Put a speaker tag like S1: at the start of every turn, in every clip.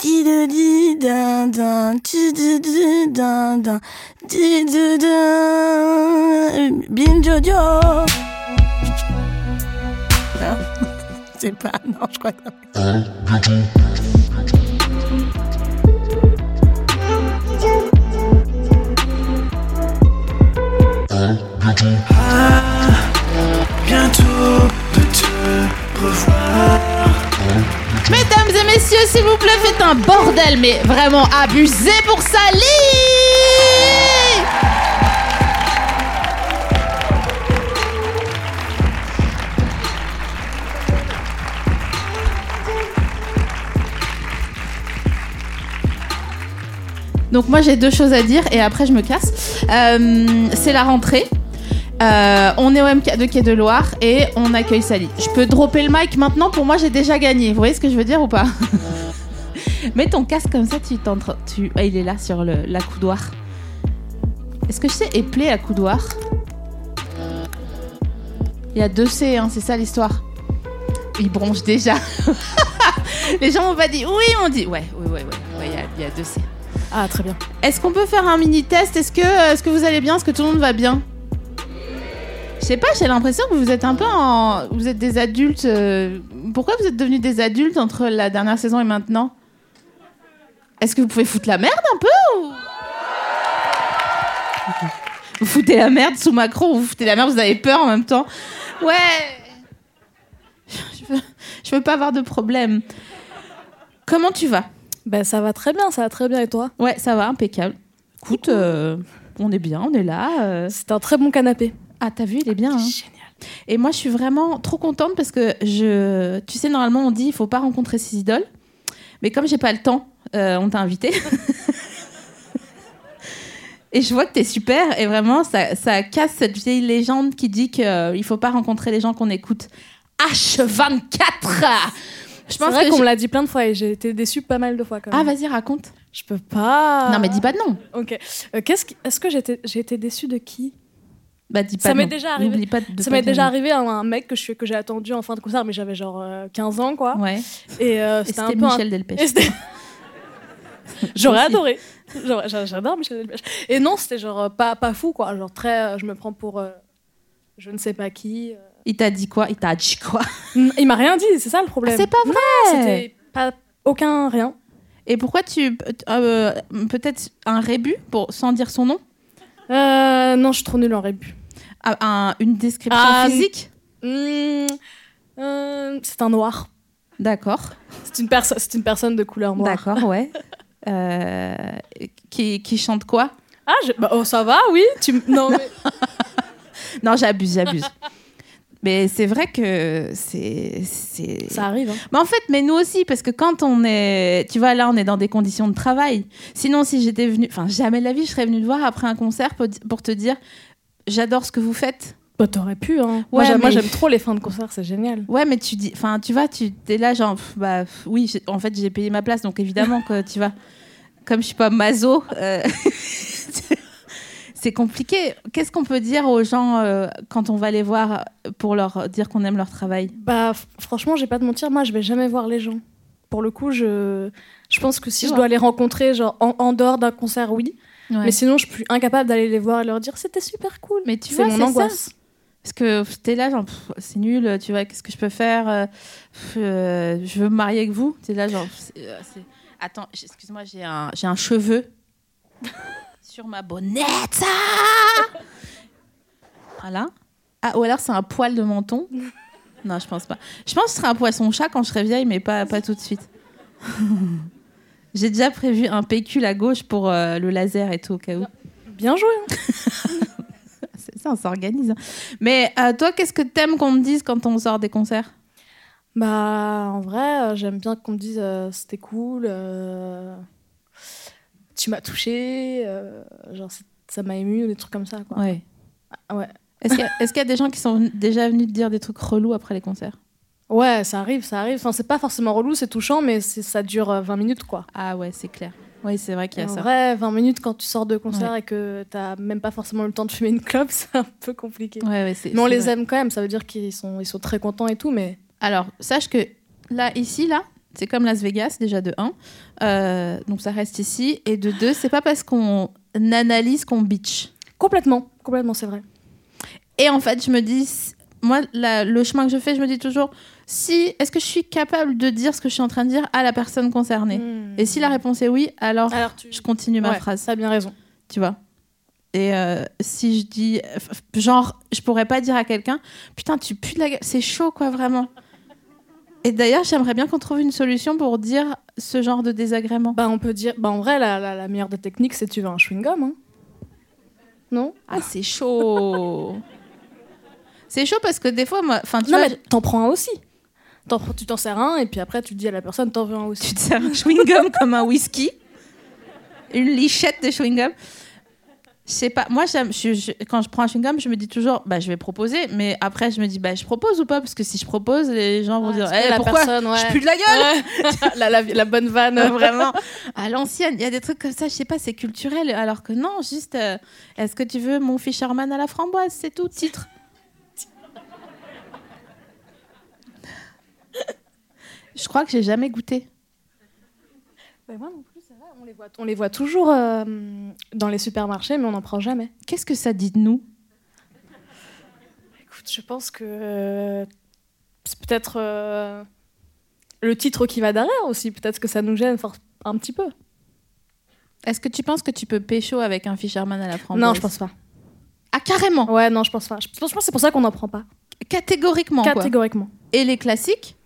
S1: Di de di dun dun, di de di dun dun, di de dun. Bin Jojo. Non, c'est pas. Non, je crois que non.
S2: Bientôt de te revoir.
S3: Mesdames et messieurs, s'il vous plaît, faites un bordel, mais vraiment abusé pour Sally Donc moi j'ai deux choses à dire et après je me casse. Euh, c'est la rentrée. Euh, on est au MK de Quai de Loire et on accueille Sally. Je peux dropper le mic maintenant, pour moi j'ai déjà gagné. Vous voyez ce que je veux dire ou pas Mets ton casque comme ça, tu t'entre. Tu... Ah, il est là sur le, la coudoir. Est-ce que je sais épeler à coudoir Il y a deux C, hein, c'est ça l'histoire. Il bronche déjà. Les gens m'ont pas dit oui, on dit ouais, oui, oui, oui, ouais, il y a- il y a deux C.
S4: Ah, très bien.
S3: Est-ce qu'on peut faire un mini test Est-ce que, est que vous allez bien Est-ce que tout le monde va bien Je sais pas, j'ai l'impression que vous êtes un peu en. Vous êtes des adultes. euh, Pourquoi vous êtes devenus des adultes entre la dernière saison et maintenant Est-ce que vous pouvez foutre la merde un peu ou- Vous foutez la merde sous Macron, vous foutez la merde, vous avez peur en même temps. Ouais Je veux, je veux pas avoir de problème. Comment tu vas
S4: Ben, ça va très bien, ça va très bien. Et toi
S3: Ouais, ça va, impeccable. Écoute, euh, on est bien, on est là. euh.
S4: C'est un très bon canapé.
S3: Ah, t'as vu, il est bien. hein. Et moi, je suis vraiment trop contente parce que je. Tu sais, normalement, on dit il faut pas rencontrer ses idoles. Mais comme j'ai pas le temps, euh, on t'a invité. et je vois que t'es super. Et vraiment, ça, ça casse cette vieille légende qui dit qu'il il faut pas rencontrer les gens qu'on écoute. H24
S4: Ah.
S3: Je
S4: C'est
S3: pense
S4: vrai
S3: que.
S4: qu'on
S3: j'ai-
S4: me l'a dit plein de fois et j'ai été déçue pas mal de fois quand même.
S3: Ah, vas-y, raconte.
S4: Je peux pas.
S3: Non, mais dis pas de non.
S4: Ok. Euh, qu'est-ce qui- Est-ce que j'étais- j'ai été déçue de qui
S3: Bah, dis pas
S4: Ça
S3: de
S4: m'est
S3: non.
S4: déjà arrivé.
S3: N'oublie pas de
S4: Ça
S3: pas
S4: m'est
S3: dire
S4: déjà
S3: non.
S4: arrivé à un mec que je que j'ai attendu en fin de concert, mais j'avais genre euh, 15 ans quoi.
S3: Ouais.
S4: Et euh,
S3: Et
S4: c'était un
S3: C'était
S4: peu. un-
S3: Michel Delpech.
S4: Et c'était-
S3: Aussi.
S4: J'aurais adoré. J'aurais- j'a- J'adore Michel Delpech. Et non, c'était genre euh, pas, pas fou quoi. Genre très. euh, je me prends pour. euh, je ne sais pas qui.
S3: Il t'a dit quoi Il t'a dit quoi
S4: Mm, Il m'a rien dit, c'est ça le problème.
S3: Ah, C'est pas vrai
S4: C'était pas aucun rien.
S3: Et pourquoi tu. euh, Peut-être un rébut, pour, sans dire son nom
S4: Euh, non, je suis trop nulle en rébut.
S3: Ah, un- Une description
S4: Ah,
S3: physique
S4: Mm, euh, c'est un noir.
S3: D'accord.
S4: C'est une, perso- c'est une personne de couleur noire.
S3: D'accord, ouais. Euh, qui, qui chante quoi
S4: Ah, je- bah, oh, ça va, oui. Tu... m- Non, mais-
S3: Non, j'abuse, j'abuse. Mais c'est vrai que c'est. c'est-
S4: ça arrive. hein.
S3: Mais en fait, mais nous aussi, parce que quand on est, tu vois, là, on est dans des conditions de travail. Sinon, si j'étais venue, enfin, jamais de la vie, je serais venue te voir après un concert pour, pour te dire, j'adore ce que vous faites.
S4: Bah, t'aurais pu. Hein. moi,
S3: Ouais,
S4: j'aime, moi,
S3: mais-
S4: j'aime trop les fins de concert, c'est génial.
S3: Ouais, mais tu dis, enfin, tu vois, tu t'es là, genre, pff, bah, pff, oui, j'ai- en fait, j'ai payé ma place, donc évidemment que tu vas. Comme je suis pas maso, euh, c'est compliqué. Qu'est-ce qu'on peut dire aux gens euh, quand on va les voir pour leur dire qu'on aime leur travail
S4: Bah, f- franchement, j'ai pas de mentir, moi, je vais jamais voir les gens. Pour le coup, je, je pense que si
S3: Tu
S4: je
S3: vois.
S4: dois les rencontrer genre, en, en dehors d'un concert, oui.
S3: Ouais.
S4: Mais sinon, je suis incapable d'aller les voir et leur dire c'était super cool.
S3: Mais tu
S4: c'est
S3: vois,
S4: mon
S3: c'est
S4: angoisse.
S3: Parce que pff, t'es là, genre, pff, c'est nul, tu vois, qu'est-ce que je peux faire euh, pff, euh, Je veux me marier avec vous. T'es là, genre, pff, c'est- euh, c'est- attends, j'- excuse-moi, j'ai un, j'ai un cheveu sur ma bonnette. ah voilà. Ah, ou alors c'est un poil de menton. Non, je pense pas. Je pense que ce sera un poisson-chat quand je serai vieille, mais pas, pas tout de suite. j'ai déjà prévu un pécule à gauche pour euh, le laser et tout, au cas où.
S4: Bien joué. hein.
S3: C'est ça, on s'organise. Mais euh, toi, qu'est-ce que t'aimes qu'on te dise quand on sort des concerts
S4: Bah, en vrai, euh, j'aime bien qu'on me dise euh, c'était cool, euh, tu m'as touché, euh, genre c'est- ça m'a ému, des trucs comme ça. Quoi.
S3: Ouais.
S4: Ah ouais.
S3: Est-ce qu'il y, a- est-ce qu'il y a des gens qui sont venus- déjà venus te dire des trucs relous après les concerts
S4: Ouais, ça arrive, ça arrive. Enfin, c'est pas forcément relou, c'est touchant, mais c'est- ça dure euh, 20 minutes quoi.
S3: Ah ouais, c'est clair. Oui, c'est vrai qu'il
S4: Et
S3: y a
S4: en
S3: ça.
S4: vrai, 20 minutes quand tu sors de concert et que t'as même pas forcément eu le temps de fumer une clope, c'est un peu compliqué.
S3: Ouais, ouais, c'est-
S4: Mais on
S3: c'est
S4: les
S3: vrai.
S4: aime quand même, ça veut dire qu'ils sont, ils sont très contents et tout, mais
S3: Alors, sache que là, ici, là, C'est comme Las Vegas, déjà de 1. Euh, donc ça reste ici. Et de 2, c'est pas parce qu'on analyse qu'on bitch.
S4: Complètement, complètement, c'est vrai.
S3: Et en fait, je me dis, moi, la- le chemin que je fais, je me dis toujours, si, est-ce que je suis capable de dire ce que je suis en train de dire à la personne concernée Et si la réponse est oui, alors,
S4: Hmm. Alors tu...
S3: je continue ma
S4: Ah. Ouais,
S3: phrase.
S4: ça a bien raison.
S3: tu vois. Et euh, si je dis, genre, je pourrais pas dire à quelqu'un, putain, tu pues de la gueule, c'est chaud, quoi, vraiment. Et d'ailleurs, j'aimerais bien qu'on trouve une solution pour dire ce genre de désagrément.
S4: Bah on peut dire, bah en vrai la, la- la meilleure des techniques c'est tu veux un chewing gum, hein Non
S3: Ah, c'est chaud. c'est chaud parce que des fois, moi, enfin, tu
S4: Non
S3: vois,
S4: mais t'en prends un aussi. T'en prends- tu t'en sers un et puis après tu dis à la personne t'en veux un aussi.
S3: tu te sers un chewing-gum comme un whisky, une lichette de chewing-gum. Je sais pas, moi j'aime, je- je- quand je prends un chewing-gum, je me dis toujours, bah je vais proposer, mais après je me dis, bah je propose ou pas, parce que si je propose, les gens vont
S4: Ouais,
S3: dire,
S4: Ah, parce que
S3: Eh,
S4: la
S3: pourquoi
S4: personne, ouais.
S3: Je pue de la gueule
S4: Ouais. la, la- la bonne vanne
S3: Euh, vraiment à l'ancienne. Il y a des trucs comme ça, je sais pas, c'est culturel, alors que non, juste euh, est-ce que tu veux mon Fisherman à la framboise C'est tout, titre. je crois que j'ai jamais goûté.
S4: Bah, moi non plus, c'est vrai, on les voit, on les voit toujours euh, dans les supermarchés, mais on n'en prend jamais.
S3: Qu'est-ce que ça dit de nous
S4: Écoute, je pense que euh, c'est peut-être euh, le titre qui va derrière aussi. Peut-être que ça nous gêne for- un petit peu.
S3: Est-ce que tu penses que tu peux pécho avec un Fisherman à la framboise
S4: non, je pense pas.
S3: Ah, carrément
S4: Ouais, non, je pense pas. Je pense, je pense que c'est pour ça qu'on n'en prend pas.
S3: Catégoriquement, quoi.
S4: Catégoriquement.
S3: Et les classiques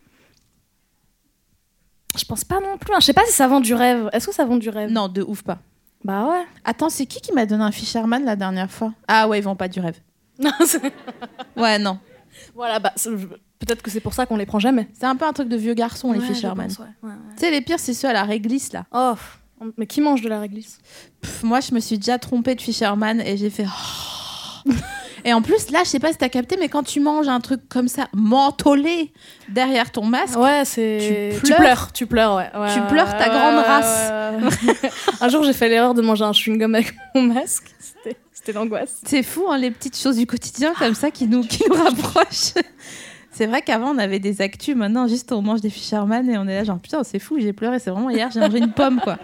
S4: Je pense pas non plus. hein. Je sais pas si ça vend du rêve. Est-ce que ça vend du rêve
S3: Non, de ouf pas.
S4: Bah ouais.
S3: Attends, c'est qui qui m'a donné un Fisherman la dernière fois Ah ouais, ils vendent pas du rêve.
S4: Non, c'est-
S3: Ouais, non.
S4: voilà, bah c'est- je- peut-être que c'est pour ça qu'on les prend jamais.
S3: C'est un peu un truc de vieux garçon, les Fisherman.
S4: je pense, ouais. Ouais, ouais.
S3: Tu sais, les pires, c'est ceux à la réglisse, là.
S4: Oh, pff, on- mais qui mange de la réglisse
S3: Pff, moi, je me suis déjà trompée de Fisherman et j'ai fait. Oh. et en plus, là, je sais pas si t'as capté, mais quand tu manges un truc comme ça, mentholé, derrière ton masque,
S4: Ouais, c'est.
S3: Tu pleures.
S4: pleures, tu pleures, ouais. ouais,
S3: Tu
S4: ouais,
S3: pleures ta
S4: ouais,
S3: grande
S4: ouais,
S3: race.
S4: ouais, ouais, ouais. un jour, j'ai fait l'erreur de manger un chewing-gum avec mon masque. C'était- C'était l'angoisse.
S3: c'est fou, hein, les petites choses du quotidien comme ça qui nous, qui nous rapprochent. c'est vrai qu'avant, on avait des actus. Maintenant, juste, on mange des Fisherman et on est là, genre, putain, c'est fou, j'ai pleuré. C'est vraiment hier, j'ai mangé une pomme, quoi.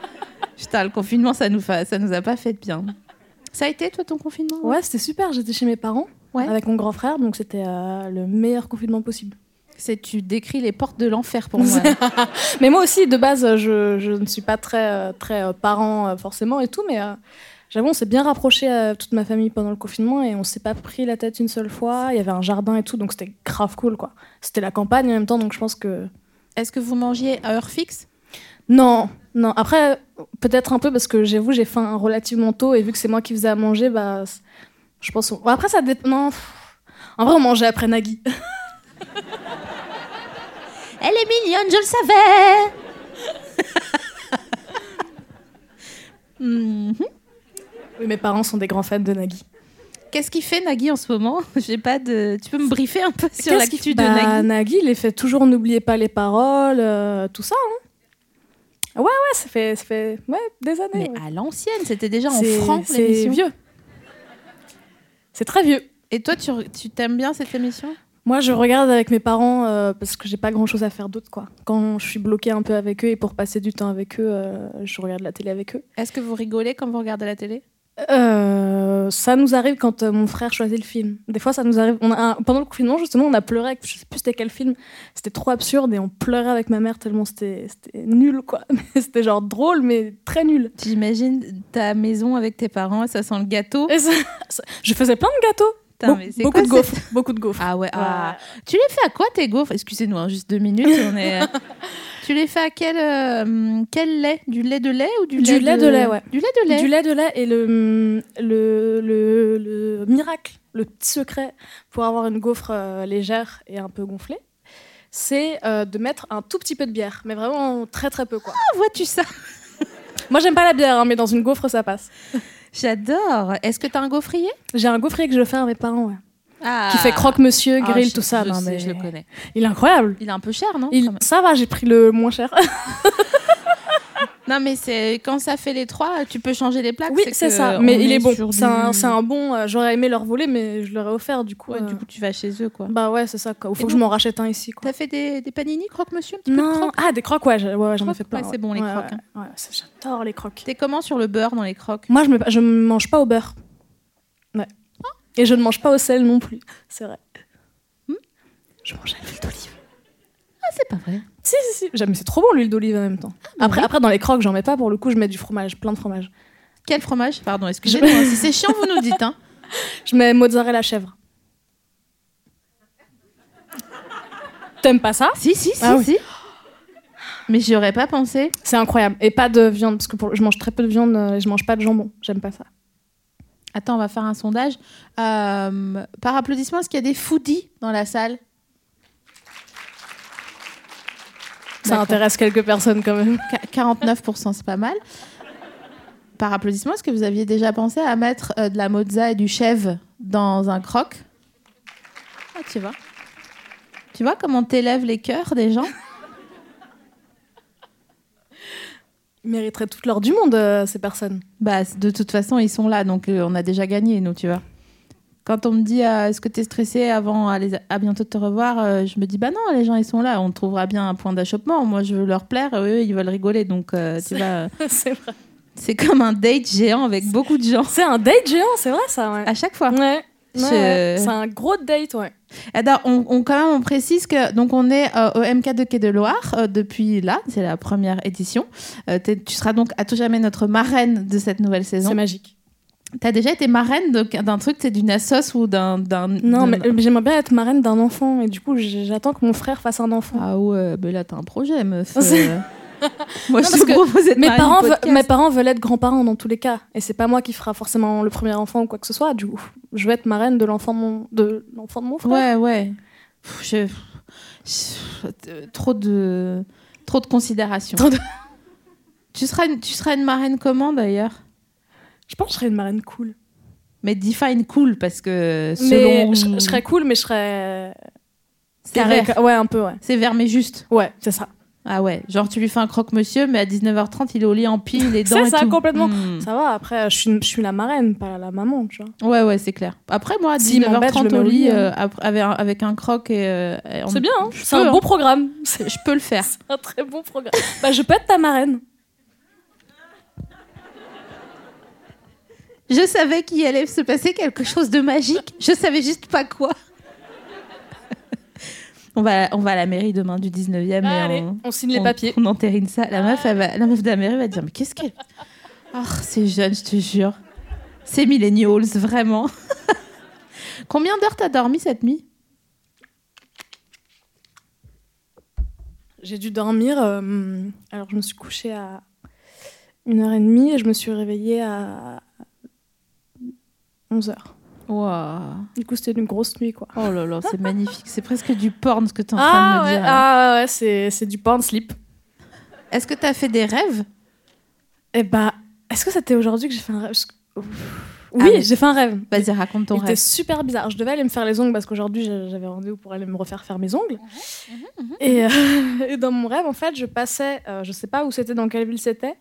S3: Putain, le confinement, ça nous, fa- ça nous a pas fait de bien. Ça a été, toi, ton confinement
S4: Ouais, c'était super. J'étais chez mes parents
S3: Ouais.
S4: avec mon grand frère, donc c'était euh, le meilleur confinement possible.
S3: C'est tu décris les portes de l'enfer pour moi. là.
S4: mais moi aussi, de base, je, je ne suis pas très, euh, très euh, parent euh, forcément et tout, mais euh, j'avoue, on s'est bien rapproché à toute ma famille pendant le confinement et on s'est pas pris la tête une seule fois. Il y avait un jardin et tout, donc c'était grave cool, quoi. C'était la campagne en même temps, donc je pense que
S3: Est-ce que vous mangiez à heure fixe
S4: Non, non. Après, peut-être un peu parce que j'avoue, j'ai faim relativement tôt et vu que c'est moi qui faisais à manger, bah, c- je pense. on- Après, ça dépend. non, pff. En vrai, on mangeait après Nagui.
S3: Elle est mignonne, je le savais Mhm.
S4: Oui, mes parents sont des grands fans de Nagui.
S3: Qu'est-ce qu'il fait Nagui en ce moment J'ai pas de. Tu peux me briefer un peu sur
S4: Qu'est-ce
S3: l'actu
S4: qu'il-
S3: de
S4: bah,
S3: Nagui
S4: Nagui, il les fait toujours n'oubliez pas les paroles, euh, tout ça. hein. Ouais, ouais, ça fait, ça fait ouais, des années.
S3: Mais
S4: ouais.
S3: à l'ancienne, c'était déjà en
S4: C'est-
S3: franc
S4: c'est
S3: l'émission.
S4: vieux. C'est très vieux.
S3: Et toi, tu, tu t'aimes bien cette émission
S4: Moi, je regarde avec mes parents euh, parce que j'ai pas grand chose à faire d'autre, quoi. Quand je suis bloquée un peu avec eux et pour passer du temps avec eux, euh, je regarde la télé avec eux.
S3: Est-ce que vous rigolez quand vous regardez la télé
S4: Euh, ça nous arrive quand euh, mon frère choisit le film. Des fois, ça nous arrive. On a, un- pendant le confinement, justement, on a pleuré avec je sais plus c'était quel film. C'était trop absurde et on pleurait avec ma mère tellement c'était c'était nul, quoi. Mais c'était genre drôle, mais très nul.
S3: J'imagine ta maison avec tes parents, ça sent le gâteau.
S4: Et ça- ça- je faisais plein de gâteaux,
S3: Putain,
S4: Be-
S3: mais c'est
S4: Euh, beaucoup de
S3: quoi
S4: gaufres, beaucoup de gaufres.
S3: Ah ouais, ah.
S4: Ouais.
S3: Tu les fais à quoi tes gaufres Excusez-nous, hein, juste deux minutes. On est... tu les fais à quel, euh, hum, quel lait Du lait de lait ou du,
S4: Du lait de lait, ouais.
S3: Du lait de lait.
S4: Du lait de lait et le, le, le, le miracle, le petit secret pour avoir une gaufre euh, légère et un peu gonflée, c'est euh, de mettre un tout petit peu de bière, mais vraiment très très peu quoi.
S3: Ah, vois-tu ça
S4: Moi j'aime pas la bière, hein, mais dans une gaufre ça passe.
S3: J'adore. Est-ce que t'as un gaufrier
S4: J'ai un gaufrier que je fais à mes parents, ouais.
S3: ah.
S4: qui fait croque-monsieur,
S3: Ah,
S4: grill,
S3: je-
S4: tout ça.
S3: Je,
S4: non,
S3: sais,
S4: mais-
S3: je le connais.
S4: Il est incroyable.
S3: Il est un peu cher, non
S4: Il-
S3: quand même
S4: Ça va, j'ai pris le moins cher.
S3: Non, mais c'est quand ça fait les trois, tu peux changer les plaques.
S4: Oui, c'est
S3: que
S4: ça.
S3: on
S4: Mais il est bon.
S3: sur
S4: C'est un,
S3: du-
S4: c'est un bon. euh, J'aurais aimé leur voler, mais je leur ai offert du coup.
S3: Ouais,
S4: euh,
S3: Du coup, tu vas chez eux, quoi.
S4: Bah ouais, c'est ça. Quoi. Il
S3: Et
S4: faut que je
S3: donc-
S4: m'en rachète un ici. Quoi.
S3: T'as fait des, des panini, croque-monsieur un petit peu de
S4: Non.
S3: croque
S4: Ah, des crocs, ouais, j'ai- ouais, j'en ai
S3: Crocs,
S4: fait plein.
S3: ouais, c'est bon, les
S4: Ouais,
S3: crocs, hein.
S4: ouais, ouais, ça, J'adore les crocs.
S3: T'es comment sur le beurre dans les croques
S4: Moi, je me, je me mange pas au beurre. Ouais. Et je ne mange pas au sel non plus. C'est vrai.
S3: Hmm
S4: je mange à l'huile d'olive.
S3: C'est pas vrai.
S4: Si, si, si. J'aime- C'est trop bon l'huile d'olive en même
S3: Ah,
S4: temps.
S3: bah
S4: après, après, dans les crocs, j'en mets pas. Pour le coup, je mets du fromage, plein de fromage.
S3: Quel fromage Pardon, excusez-moi. si c'est chiant, vous nous dites. Hein.
S4: Je mets mozzarella chèvre. T'aimes pas ça
S3: Si, si, si,
S4: Ah oui.
S3: si. Mais j'y aurais pas pensé.
S4: C'est incroyable. Et pas de viande, parce que pour- je mange très peu de viande euh, et je mange pas de jambon. J'aime pas ça.
S3: Attends, on va faire un sondage. Euh, par applaudissement, est-ce qu'il y a des foodies dans la salle
S4: Ça
S3: D'accord.
S4: intéresse quelques personnes quand même.
S3: Qu- 49%, c'est pas mal. Par applaudissement, est-ce que vous aviez déjà pensé à mettre euh, de la mozza et du chèvre dans un croc Ah, tu vois. Tu vois comment t'élèves les cœurs des gens
S4: Ils mériteraient toute l'or du monde, euh, ces personnes.
S3: Bah, c- de toute façon, ils sont là, donc euh, on a déjà gagné, nous, tu vois. Quand on me dit euh, est-ce que t'es stressé avant à, les- à bientôt de te revoir, euh, je me dis bah non, les gens ils sont là, on trouvera bien un point d'achoppement. Moi, je veux leur plaire, eux ils veulent rigoler, donc euh, tu
S4: C'est-
S3: vois, euh,
S4: c'est vrai.
S3: c'est comme un date géant avec beaucoup de gens
S4: C'est un date géant, c'est vrai ça, ouais.
S3: à chaque fois.
S4: Ouais.
S3: Je-
S4: Ouais, ouais. C'est un gros date, ouais.
S3: Alors, on, on- quand même, on précise que donc on est euh, au MK de Quai de Loire euh, depuis là, c'est la première édition. Euh, t'es- tu seras donc à tout jamais notre marraine de cette nouvelle saison.
S4: C'est magique.
S3: T'as déjà été marraine de- d'un truc, c'est d'une assos ou d'un. d'un- d'un-
S4: Non, mais euh, j'aimerais bien être marraine d'un enfant, et du coup, j- j'attends que mon frère fasse un enfant.
S3: Ah ouais, mais là t'as un projet, meuf.
S4: C'est-
S3: Euh, Moi,
S4: Non,
S3: je
S4: parce
S3: te
S4: que
S3: propose d'être
S4: Mes
S3: marraine
S4: parents,
S3: du
S4: ve-
S3: podcast.
S4: mes parents veulent être grands-parents dans tous les cas, et c'est pas moi qui fera forcément le premier enfant ou quoi que ce soit. Du coup, je veux être marraine de l'enfant de mon, de l'enfant de mon frère.
S3: Ouais, ouais. Pff, je- je- euh, Trop de. Trop de considération.
S4: Trop de-
S3: Tu, seras une... tu seras une marraine comment d'ailleurs
S4: Je pense que je serais une marraine cool.
S3: Mais define cool parce que selon.
S4: Mais je, je serais cool, mais je serais
S3: C'est vert.
S4: Ouais, un peu, ouais.
S3: C'est vert mais juste.
S4: Ouais, c'est ça.
S3: Ah ouais, genre tu lui fais un croque-monsieur, mais à 19h30, il est au lit en pile, les dents
S4: C'est
S3: et
S4: ça,
S3: tout.
S4: complètement.
S3: Hmm.
S4: Ça va. Après, je suis, je suis la marraine, pas la maman, tu vois.
S3: Ouais, ouais, c'est clair. Après, moi, à
S4: S'il m'embête, je le
S3: 19h30
S4: mets
S3: au
S4: au
S3: lit,
S4: lit, hein.
S3: euh, après- avec, un, avec un croc et. euh, et on-
S4: C'est bien. hein.
S3: je
S4: C'est
S3: peux,
S4: un
S3: hein.
S4: bon programme. C'est
S3: Je peux le faire.
S4: un très bon programme. bah, je peux être ta marraine.
S3: Je savais qu'il allait se passer quelque chose de magique. Je savais juste pas quoi. on, va, on va à la mairie demain du 19e. et
S4: Allez,
S3: on-
S4: on signe les
S3: on-
S4: papiers.
S3: On entérine ça. La meuf, elle va- la meuf de la mairie va dire Mais qu'est-ce qu'elle. Ah, c'est jeune, je te jure. C'est millennials, vraiment. Combien d'heures t'as dormi cette nuit
S4: J'ai dû dormir. euh, alors, je me suis couchée à une heure et demie et je me suis réveillée à 11 heures.
S3: Waouh.
S4: Du coup, c'était une grosse nuit, quoi.
S3: Oh là là, c'est magnifique. C'est presque du porn ce que t'es en train
S4: Ah
S3: de me
S4: ouais,
S3: dire. hein. là.
S4: ah ouais, c'est c'est du porn slip.
S3: Est-ce que t'as fait des rêves
S4: Eh bah, est-ce que c'était aujourd'hui que j'ai fait un rêve Parce que- Ouf.
S3: Ah
S4: Oui,
S3: oui.
S4: j'ai fait un rêve.
S3: Vas-y, raconte ton
S4: Il était
S3: rêve.
S4: super bizarre. Je devais aller me faire les ongles parce qu'aujourd'hui j'a- j'avais rendez-vous pour aller me refaire faire mes ongles. Et, euh, et dans mon rêve, en fait, je passais, euh, je sais pas où c'était, dans quelle ville c'était,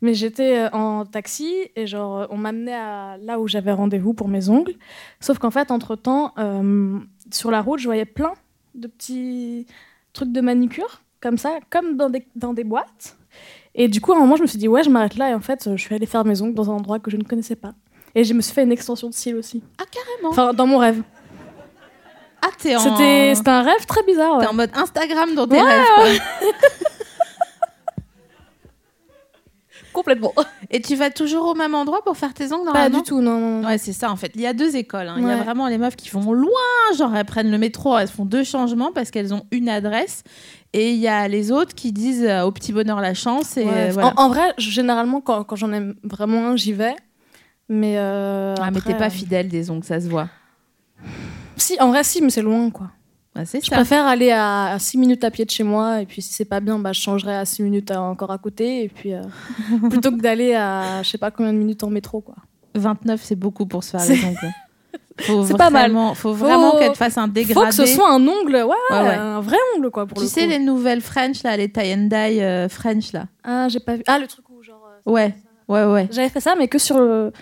S4: mais j'étais euh, en taxi et genre euh, on m'amenait à là où j'avais rendez-vous pour mes ongles. Sauf qu'en fait, entre temps, sur la route, je voyais plein de petits trucs de manicure comme ça, comme dans des, dans des boîtes. Et du coup, à un moment, je me suis dit ouais, je m'arrête là. Et en fait, euh, je suis allée faire mes ongles dans un endroit que je ne connaissais pas. Et je me suis fait une extension de cils aussi.
S3: Ah, carrément.
S4: Enfin, dans mon rêve.
S3: Ah, t'es en...
S4: C'était c'était un rêve très bizarre. ouais.
S3: t'es en mode Instagram dans tes
S4: Ouais,
S3: rêves. quoi.
S4: Complètement.
S3: Et tu vas toujours au même endroit pour faire tes ongles
S4: Pas
S3: normalement
S4: du tout, non. non, non.
S3: Ouais, c'est ça en fait. Il y a deux écoles. hein. Il y a
S4: Ouais.
S3: vraiment les meufs qui vont loin, genre elles prennent le métro, elles font deux changements parce qu'elles ont une adresse. Et il y a les autres qui disent euh, au petit bonheur la chance. Et
S4: Ouais.
S3: euh, voilà.
S4: en, en vrai, je- généralement, quand, quand j'en aime vraiment un, j'y vais. Mais. euh,
S3: Ah, mais
S4: après,
S3: t'es pas
S4: euh,
S3: fidèle des ongles, ça se voit.
S4: Si, en vrai, si, mais c'est loin, quoi.
S3: Ah, c'est
S4: Je
S3: ça.
S4: préfère aller à 6 minutes à pied de chez moi, et puis si c'est pas bien, bah, je changerai à 6 minutes à- encore à côté, et puis. euh, plutôt que d'aller à je sais pas combien de minutes en métro, quoi.
S3: 29, c'est beaucoup pour se faire
S4: C'est-
S3: les ongles. Faut
S4: C'est pas mal.
S3: vraiment, Faut vraiment
S4: Faut-
S3: qu'elle te fasse un dégradé.
S4: Faut que ce soit un ongle, ouais,
S3: Ouais, ouais.
S4: un vrai ongle quoi pour
S3: Tu
S4: le
S3: sais
S4: coup.
S3: les nouvelles French là, les tie and dye euh, French là.
S4: Ah, j'ai pas vu. Ah, le truc où genre. euh,
S3: Ouais, ouais, ouais.
S4: J'avais fait ça, mais que sur le.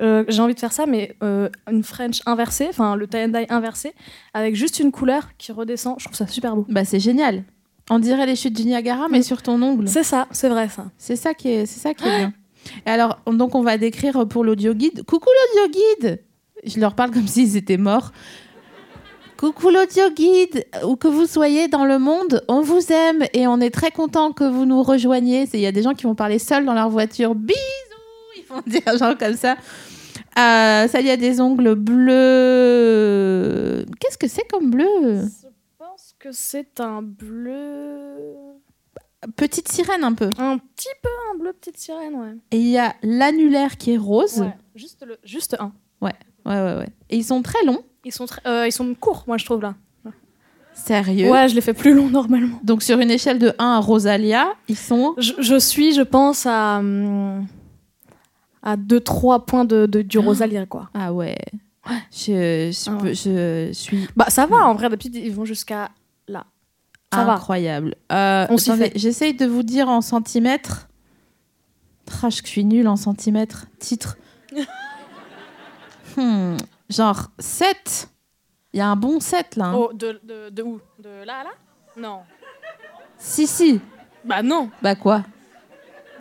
S4: euh, j'ai envie de faire ça, mais euh, une French inversée, enfin le tie and dye inversé, avec juste une couleur qui redescend. Je trouve ça super beau.
S3: Bah c'est génial. On dirait les chutes du Niagara, mais
S4: Mm.
S3: sur ton ongle.
S4: C'est ça, c'est vrai ça.
S3: C'est ça qui est, c'est ça qui est bien. Et alors, on- donc on va décrire pour l'audio guide. Coucou l'audio guide. Je leur parle comme s'ils étaient morts. Coucou l'audio guide, où que vous soyez dans le monde, on vous aime et on est très content que vous nous rejoigniez. C'est- Il y a des gens qui vont parler seuls dans leur voiture. Bisous, ils vont dire genre comme ça. Euh, ça, il y a des ongles bleus. Qu'est-ce que c'est comme bleu
S4: Je pense que c'est un bleu.
S3: Petite sirène un peu.
S4: Un petit peu un bleu petite sirène, ouais.
S3: Et il y a l'annulaire qui est rose.
S4: Juste, le... juste un.
S3: ouais, ouais. ouais. Et ils sont très longs.
S4: Ils sont, très- euh, ils sont courts, moi je trouve là.
S3: Sérieux
S4: Ouais, je les fais plus longs normalement.
S3: Donc sur une échelle de 1 à Rosalia, ils sont...
S4: Je, je suis, je pense, à. hum, à 2-3 points de, de- du rosalier, quoi.
S3: Ah ouais. Je, je
S4: Ah
S3: peux- je suis
S4: Bah ça va, en vrai, d'habitude, ils vont jusqu'à là. Ça va.
S3: incroyable. Euh,
S4: On s'y
S3: attendez,
S4: fait.
S3: J'essaye de vous dire en centimètres. Trash, que je suis nulle en centimètres. Titre. Hmm, Genre 7. Il y a un bon 7 là. hein.
S4: Oh, de, de, de où De là à là Non.
S3: Si, si.
S4: Bah non,
S3: Bah quoi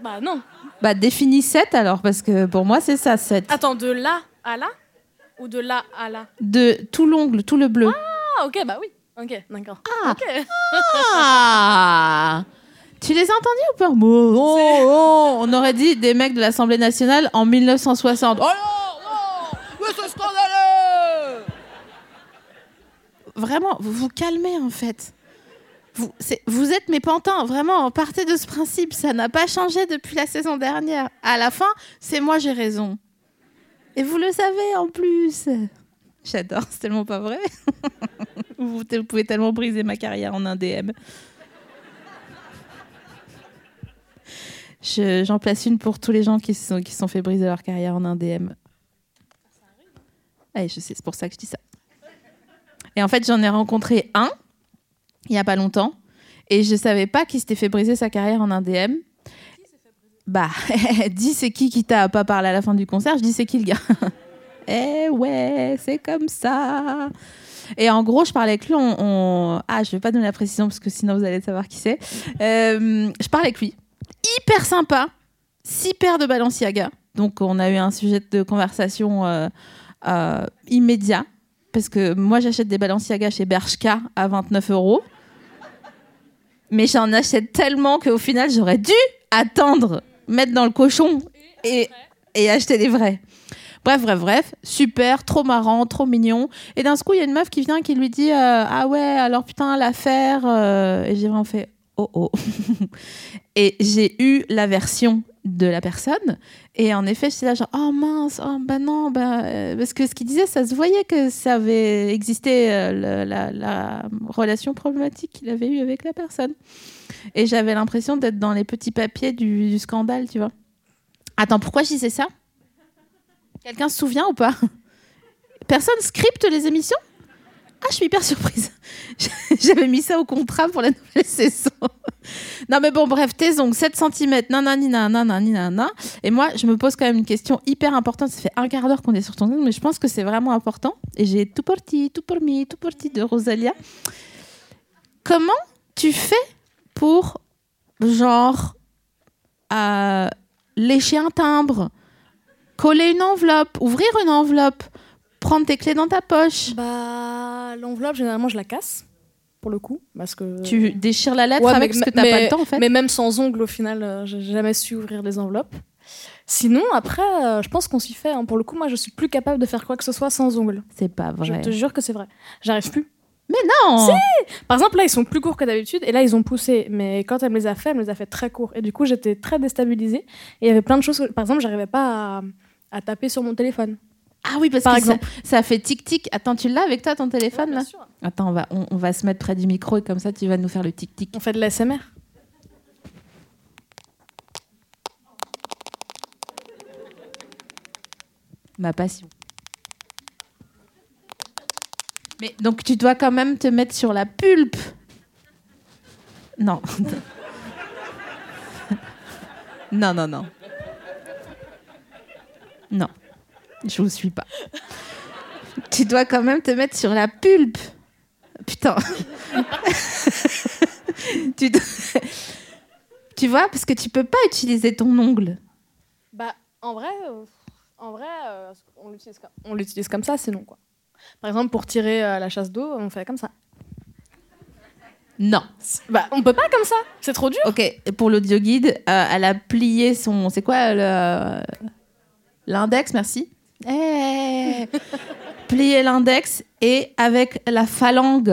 S4: bah non.
S3: Bah définis 7 alors, parce que pour moi c'est ça 7.
S4: Attends, de là à là Ou de là à là
S3: De tout l'ongle, tout le bleu.
S4: Ah ok, bah oui. Ok, d'accord.
S3: Ah.
S4: Ok.
S3: Ah Tu les as entendus ou pas Bon, oh, oh, On aurait dit des mecs de l'Assemblée nationale en 1960. Oh non, non Mais c'est scandaleux Vraiment, vous vous calmez en fait. Vous, c'est- vous êtes mes pantins, vraiment, partez de ce principe, ça n'a pas changé depuis la saison dernière. À la fin, c'est moi j'ai raison. Et vous le savez en plus. J'adore, c'est tellement pas vrai. Vous t- pouvez tellement briser ma carrière en un DM. Je- J'en place une pour tous les gens qui se sont, qui se sont fait briser leur carrière en un DM. Ouais, je sais, c'est pour ça que je dis ça. Et en fait, j'en ai rencontré un il n'y a pas longtemps et je savais pas qui s'était fait briser sa carrière en un DM. Bah, dis c'est qui qui t'a pas parlé à la fin du concert, je dis c'est qui le gars. eh ouais, c'est comme ça. Et en gros, je parlais avec lui. On, on- Ah, je vais pas donner la précision parce que sinon vous allez savoir qui c'est. Euh, je parlais avec lui. Hyper sympa. Six paires de Balenciaga. Donc, on a eu un sujet de conversation euh, euh, immédiat. Parce que moi, j'achète des Balenciaga chez Bershka à 29 euros. Mais j'en achète tellement qu'au final, j'aurais dû attendre, mettre dans le cochon et, et acheter des vrais. Bref, bref, bref. Super, trop marrant, trop mignon. Et d'un coup, il y a une meuf qui vient qui lui dit euh, Ah ouais, alors putain, l'affaire. euh, Et j'ai vraiment fait Oh oh. et j'ai eu la version de la personne. Et en effet, j'étais là genre Oh mince, oh bah non, bah, euh, parce que ce qu'il disait, ça se voyait que ça avait existé euh, le- la, la relation problématique qu'il avait eue avec la personne. Et j'avais l'impression d'être dans les petits papiers du, du scandale, tu vois. Attends, pourquoi je disais ça Quelqu'un se souvient ou pas Personne scripte les émissions Ah, je suis hyper surprise. J'avais mis ça au contrat pour la nouvelle saison. Non, mais bon, bref, tes ongles, 7 cm, nanani, nanani, nanana. Et moi, je me pose quand même une question hyper importante. Ça fait un quart d'heure qu'on est sur ton ongle, mais je pense que c'est vraiment important. Et j'ai tout porti, tout pour mi, tout porti de Rosalia. Comment tu fais pour, genre, euh, lécher un timbre, coller une enveloppe, ouvrir une enveloppe, prendre tes clés dans ta poche.
S4: Bah l'enveloppe, généralement, je la casse, pour le coup, parce que...
S3: Tu déchires la lettre
S4: Ouais,
S3: avec
S4: mais-
S3: parce que t'as
S4: mais-
S3: pas le temps en fait.
S4: Mais même sans ongles, au final, euh, j'ai jamais su ouvrir les enveloppes. Sinon, après, euh, je pense qu'on s'y fait. hein. Pour le coup, moi, je suis plus capable de faire quoi que ce soit sans ongles.
S3: C'est pas vrai.
S4: Je te jure que c'est vrai. J'arrive plus.
S3: Non.
S4: Par exemple, là, ils sont plus courts que d'habitude, et là, ils ont poussé. Mais quand elle me les a fait, elle me les a fait très courts. Et du coup, j'étais très déstabilisée. Et il y avait plein de choses. que- Par exemple, j'arrivais pas à, à taper sur mon téléphone.
S3: Ah oui parce
S4: Par
S3: que
S4: exemple.
S3: ça, ça fait tic tic. Attends, tu l'as avec toi ton téléphone là Attends, on va on, on va se mettre près du micro et comme ça tu vas nous faire le tic tic.
S4: On fait de l'ASMR.
S3: Ma passion. Mais donc tu dois quand même te mettre sur la pulpe. Non. non, non, non. Non. Je vous suis pas. tu dois quand même te mettre sur la pulpe. Putain. tu, dois- tu vois, parce que tu peux pas utiliser ton ongle.
S4: Bah, en vrai, euh, en vrai euh, on l'utilise comme- on l'utilise comme ça, sinon quoi. Par exemple, pour tirer euh, la chasse d'eau, on fait comme ça.
S3: Non.
S4: Bah, on peut pas comme ça, c'est trop dur.
S3: Ok, et pour l'audio guide, euh, elle a plié son. C'est quoi le- L'index, merci. Eh Plier l'index et avec la phalange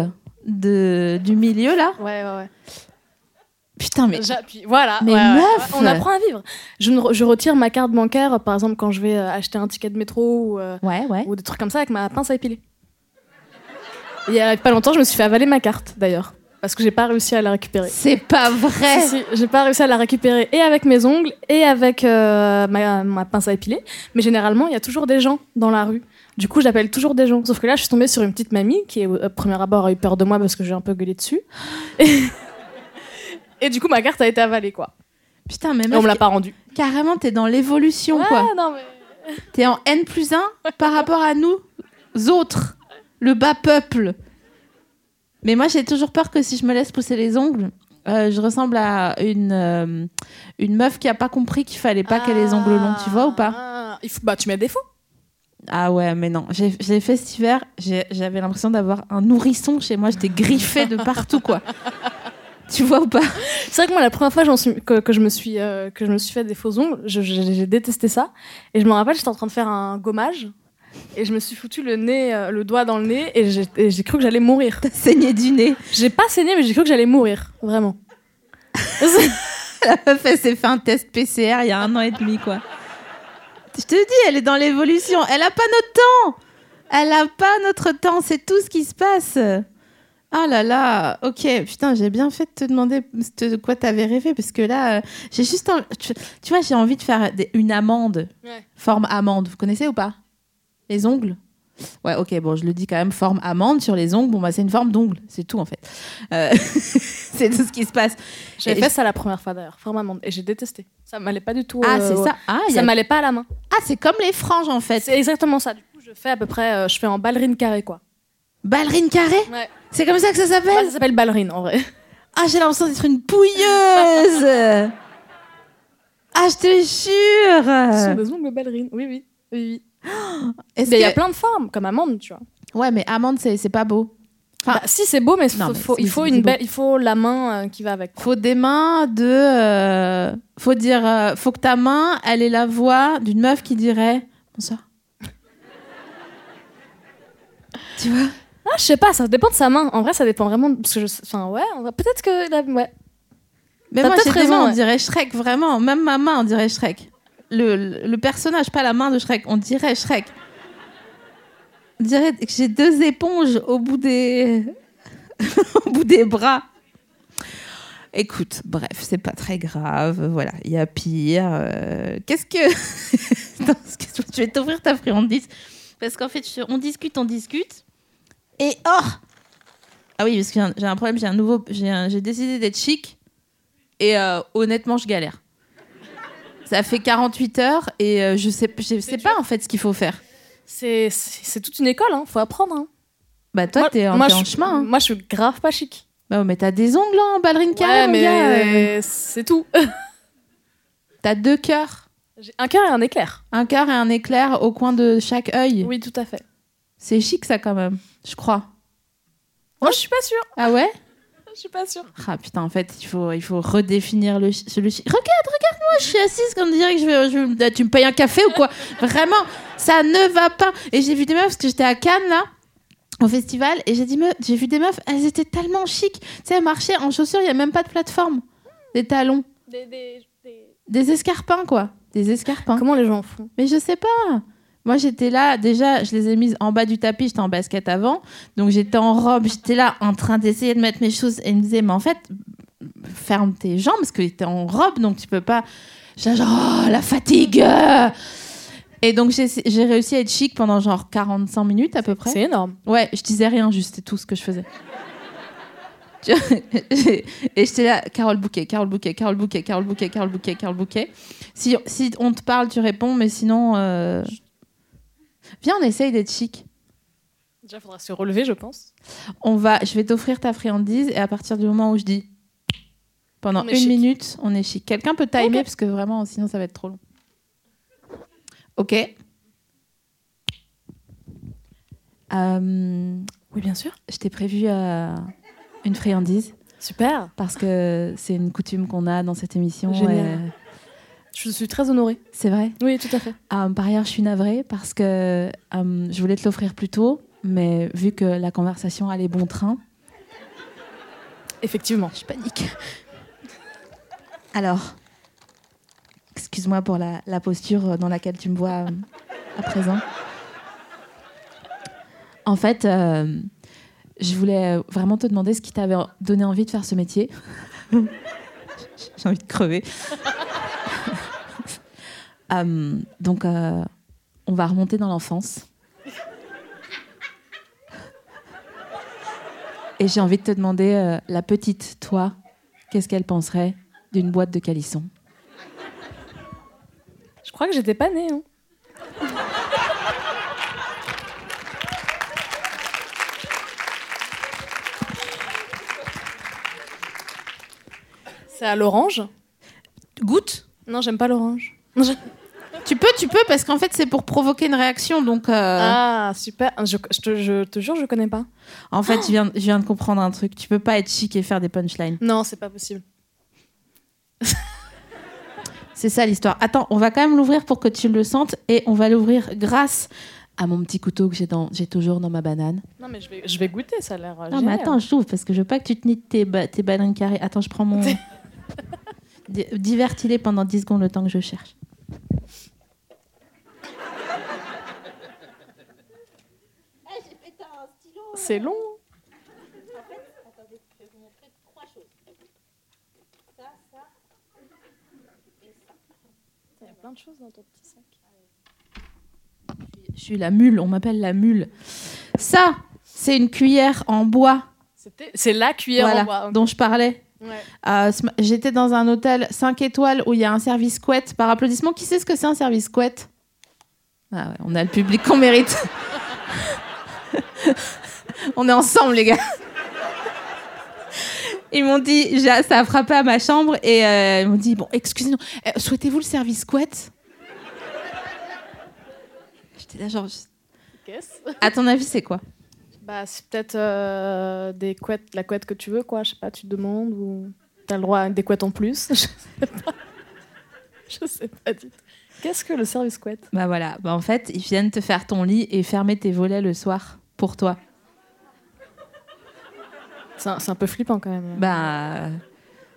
S3: de, du milieu là.
S4: Ouais, ouais, ouais.
S3: Putain, mais.
S4: J'appuie, voilà.
S3: Mais
S4: ouais, ouais,
S3: meuf
S4: ouais, On apprend à vivre. Je, ne re- je retire ma carte bancaire, par exemple, quand je vais euh, acheter un ticket de métro ou, euh,
S3: Ouais, ouais.
S4: ou des trucs comme ça avec ma pince à épiler. Il y a pas longtemps, je me suis fait avaler ma carte d'ailleurs, parce que j'ai pas réussi à la récupérer.
S3: C'est pas vrai
S4: Si, si, j'ai pas réussi à la récupérer et avec mes ongles et avec euh, ma, ma pince à épiler. Mais généralement, il y a toujours des gens dans la rue. Du coup, j'appelle toujours des gens. Sauf que là, je suis tombée sur une petite mamie qui, au au premier abord, a eu peur de moi parce que j'ai un peu gueulé dessus. Et, et du coup, ma carte a été avalée, quoi.
S3: Putain, mais
S4: Et
S3: meuf,
S4: on me l'a pas rendue.
S3: carrément, t'es dans l'évolution quoi.
S4: Ah, non, mais...
S3: T'es en N plus 1 par rapport à nous autres, le bas peuple. Mais moi, j'ai toujours peur que si je me laisse pousser les ongles, euh, je ressemble à une, euh, une meuf qui a pas compris qu'il fallait pas qu'elle ait les ongles longs, tu vois ou pas
S4: Ah, il faut... Bah, tu mets des faux.
S3: Ah ouais, mais non. J'ai j'ai fait cet hiver, j'ai- j'avais l'impression d'avoir un nourrisson chez moi, j'étais griffée de partout, quoi. tu vois ou pas
S4: C'est vrai que moi, la première fois j'en suis- que, que je me suis, euh, que je me suis fait des faux ongles, je- je- j'ai détesté ça. Et je me rappelle, j'étais en train de faire un gommage. Et je me suis foutu le nez, euh, le doigt dans le nez, et j'ai et j'ai cru que j'allais mourir.
S3: T'as saigné du nez.
S4: J'ai pas saigné, mais j'ai cru que j'allais mourir, vraiment. C'est-
S3: La meuf, elle s'est fait un test PCR il y a un an et demi, quoi. Je te dis, elle est dans l'évolution. Elle a pas notre temps. Elle a pas notre temps. C'est tout ce qui se passe. Ah là là, ok, putain, j'ai bien fait de te demander ce- de quoi t'avais rêvé, parce que là, euh, j'ai juste, en- tu, tu vois, j'ai envie de faire des- une amende,
S4: Ouais.
S3: forme amende, vous connaissez ou pas Les ongles Ouais, ok, bon, je le dis quand même, forme amende sur les ongles, bon, bah c'est une forme d'ongle, c'est tout en fait. Euh, c'est tout ce qui se passe.
S4: J'ai
S3: Et-
S4: fait ça la première fois d'ailleurs, vraiment, et j'ai détesté. Ça m'allait pas du tout.
S3: Ah,
S4: euh,
S3: c'est
S4: ouais.
S3: ça. Ah, il y
S4: Ça
S3: a-
S4: m'allait pas à la main.
S3: Ah, c'est comme les franges en fait.
S4: C'est exactement ça. Du coup, je fais à peu près, euh, je fais en ballerine carrée quoi.
S3: Ballerine carrée
S4: Ouais.
S3: C'est comme ça que ça
S4: Bah,
S3: s'appelle
S4: ça s'appelle ballerine en vrai.
S3: Ah, j'ai l'impression d'être une pouilleuse Ah, je te
S4: Ce sont
S3: jure
S4: des ongles ballerines. Oui, oui, oui, oui.
S3: Est-ce
S4: Mais il y a
S3: que-
S4: plein de formes, comme amande, tu vois.
S3: Ouais, mais amande, c'est c'est pas beau. Enfin-
S4: Bah, si c'est beau, mais,
S3: Non,
S4: faut-
S3: mais
S4: faut-
S3: c'est-
S4: il faut
S3: c'est
S4: une
S3: beau.
S4: belle, il faut la main euh, qui va avec.
S3: Faut des mains de. euh, Faut dire. euh, Faut que ta main, elle ait la voix d'une meuf qui dirait Bonsoir. tu vois
S4: Ah, je sais pas, ça dépend de sa main. En vrai, ça dépend vraiment de- parce que je, enfin ouais, on va- peut-être que la- ouais.
S3: Mais
S4: T'as
S3: moi, j'ai
S4: peut-être
S3: raison,
S4: raison,
S3: on
S4: ouais.
S3: dirait Shrek, vraiment. Même ma main, on dirait Shrek. Le, le- le personnage, pas la main de Shrek, on dirait Shrek. On dirait que j'ai deux éponges au bout des, au bout des bras. Écoute, bref, c'est pas très grave. Voilà, il y a pire. euh, Qu'est-ce que. Non, excuse-moi, je vais t'ouvrir ta friandise. Parce qu'en fait, je- on discute, on discute. Et oh Ah oui, parce que j'ai un- j'ai un problème, j'ai un nouveau. J'ai un- j'ai décidé d'être chic. Et euh, honnêtement, je galère. Ça fait 48 heures et euh, je sais, je sais pas en fait ce qu'il faut faire.
S4: C'est c'est c'est toute une école, hein. Faut apprendre. Hein.
S3: Bah toi,
S4: Moi-
S3: t'es en,
S4: moi,
S3: t'es en
S4: je-
S3: chemin. hein.
S4: Moi, je suis grave pas chic.
S3: Bah, mais t'as des ongles en ballerine carrée,
S4: ouais,
S3: mon
S4: mais
S3: gars, euh.
S4: euh, c'est tout.
S3: T'as deux cœurs,
S4: J'ai un cœur et un éclair.
S3: un cœur et un éclair au coin de chaque œil.
S4: Oui, tout à fait.
S3: C'est chic ça quand même, je crois.
S4: Moi, je suis pas sûre.
S3: Ah ouais
S4: Je suis pas sûre.
S3: Ah putain, en fait, il faut, il faut redéfinir le, chi- le chi- Regarde, regarde, moi, je suis assise comme dirait que je vais, je vais- Tu me payes un café ou quoi Vraiment, ça ne va pas. Et j'ai vu des meufs, parce que j'étais à Cannes, là, au festival, et j'ai dit, meuf- j'ai vu des meufs, elles étaient tellement chic. Tu sais, elles marchaient en chaussures, il n'y a même pas de plateforme. Des talons. Des escarpins, quoi. Des escarpins.
S4: Comment les gens font
S3: Mais je sais pas. Moi, j'étais là, déjà, je les ai mises en bas du tapis, j'étais en basket avant. Donc, j'étais en robe, j'étais là en train d'essayer de mettre mes choses. Et ils me disaient, mais en fait, ferme tes jambes parce que t'es en robe, donc tu peux pas. J'étais là, genre, oh, la fatigue euh. Et donc j'ai j'ai réussi à être chic pendant genre 45 minutes à peu près.
S4: C'est énorme.
S3: Ouais, je disais rien, juste c'était tout ce que je faisais. Tu vois, Et j'étais là, Carole Bouquet, Carole Bouquet, Carole Bouquet, Carole Bouquet, Carole Bouquet, Carole Bouquet. Si, si on te parle, tu réponds, mais sinon. euh, Viens, on essaye d'être chic.
S4: Déjà, faudra se relever, je pense.
S3: On va, je vais t'offrir ta friandise et à partir du moment où je dis pendant
S4: On
S3: une
S4: est chic.
S3: minute, on est chic. Quelqu'un peut timer
S4: Ok.
S3: parce que vraiment, sinon ça va être trop long. Ok. Euh,
S4: Oui, bien sûr.
S3: je t'ai prévu euh, une friandise
S4: Super.
S3: parce que c'est une coutume qu'on a dans cette émission.
S4: Génial.
S3: euh,
S4: Je suis très honorée.
S3: C'est vrai.
S4: Oui, tout à fait.
S3: Euh, par ailleurs, je suis navrée parce que euh, je voulais te l'offrir plus tôt, mais vu que la conversation allait bon train,
S4: Effectivement.
S3: Je panique. Alors, excuse-moi pour la, la posture euh, dans laquelle tu me vois euh, à présent. En fait, euh, je voulais vraiment te demander ce qui t'avait donné envie de faire ce métier. J'ai envie de crever. Euh, donc, euh, on va remonter dans l'enfance. Et j'ai envie de te demander, euh, la petite, toi, qu'est-ce qu'elle penserait d'une boîte de calisson
S4: Je crois que j'étais pas née. hein. C'est à l'orange
S3: Goûte
S4: Non, j'aime pas l'orange.
S3: Tu peux, tu peux, parce qu'en fait, c'est pour provoquer une réaction. Donc, euh,
S4: Ah, super. Je, je te, je te jure, je connais pas.
S3: en fait, je viens, je viens de comprendre un truc. Tu peux pas être chic et faire des punchlines.
S4: Non, c'est pas possible.
S3: C'est ça l'histoire. Attends, on va quand même l'ouvrir pour que tu le sentes et on va l'ouvrir grâce à mon petit couteau que j'ai dans- j'ai toujours dans ma banane.
S4: Non, mais je vais, je vais goûter, ça a l'air. euh,
S3: Non, Ah, mais
S4: génial.
S3: attends, je t'ouvre parce que je veux pas que tu te nies de tes, ba- tes bananes carrées. Attends, je prends mon. Di- Divertis-les pendant 10 secondes le temps que je cherche.
S4: C'est long. Il y a plein de choses dans ton petit sac.
S3: Je suis la mule, on m'appelle la mule. Ça, c'est une cuillère en bois
S4: C'était- C'est la cuillère
S3: voilà,
S4: en bois.
S3: dont je parlais.
S4: Ouais.
S3: Euh, ce ma- J'étais dans un hôtel 5 étoiles où il y a un service couette par applaudissement. Qui sait ce que c'est un service couette Ah ouais, on a le public qu'on mérite. on est ensemble, les gars. Ils m'ont dit, j'a- ça a frappé à ma chambre et euh, ils m'ont dit, bon, excusez-nous, euh, souhaitez-vous le service couette J'étais là genre,
S4: Qu'est-ce
S3: à ton avis, c'est quoi
S4: Bah, c'est peut-être euh, des couettes, la couette que tu veux, quoi. Je sais pas, tu demandes ou t'as le droit à des couettes en plus. Je sais pas. Je sais pas du tout. Qu'est-ce que le service couette
S3: Bah voilà, bah en fait, ils viennent te faire ton lit et fermer tes volets le soir pour toi.
S4: C'est un, c'est un peu flippant quand même.
S3: Bah,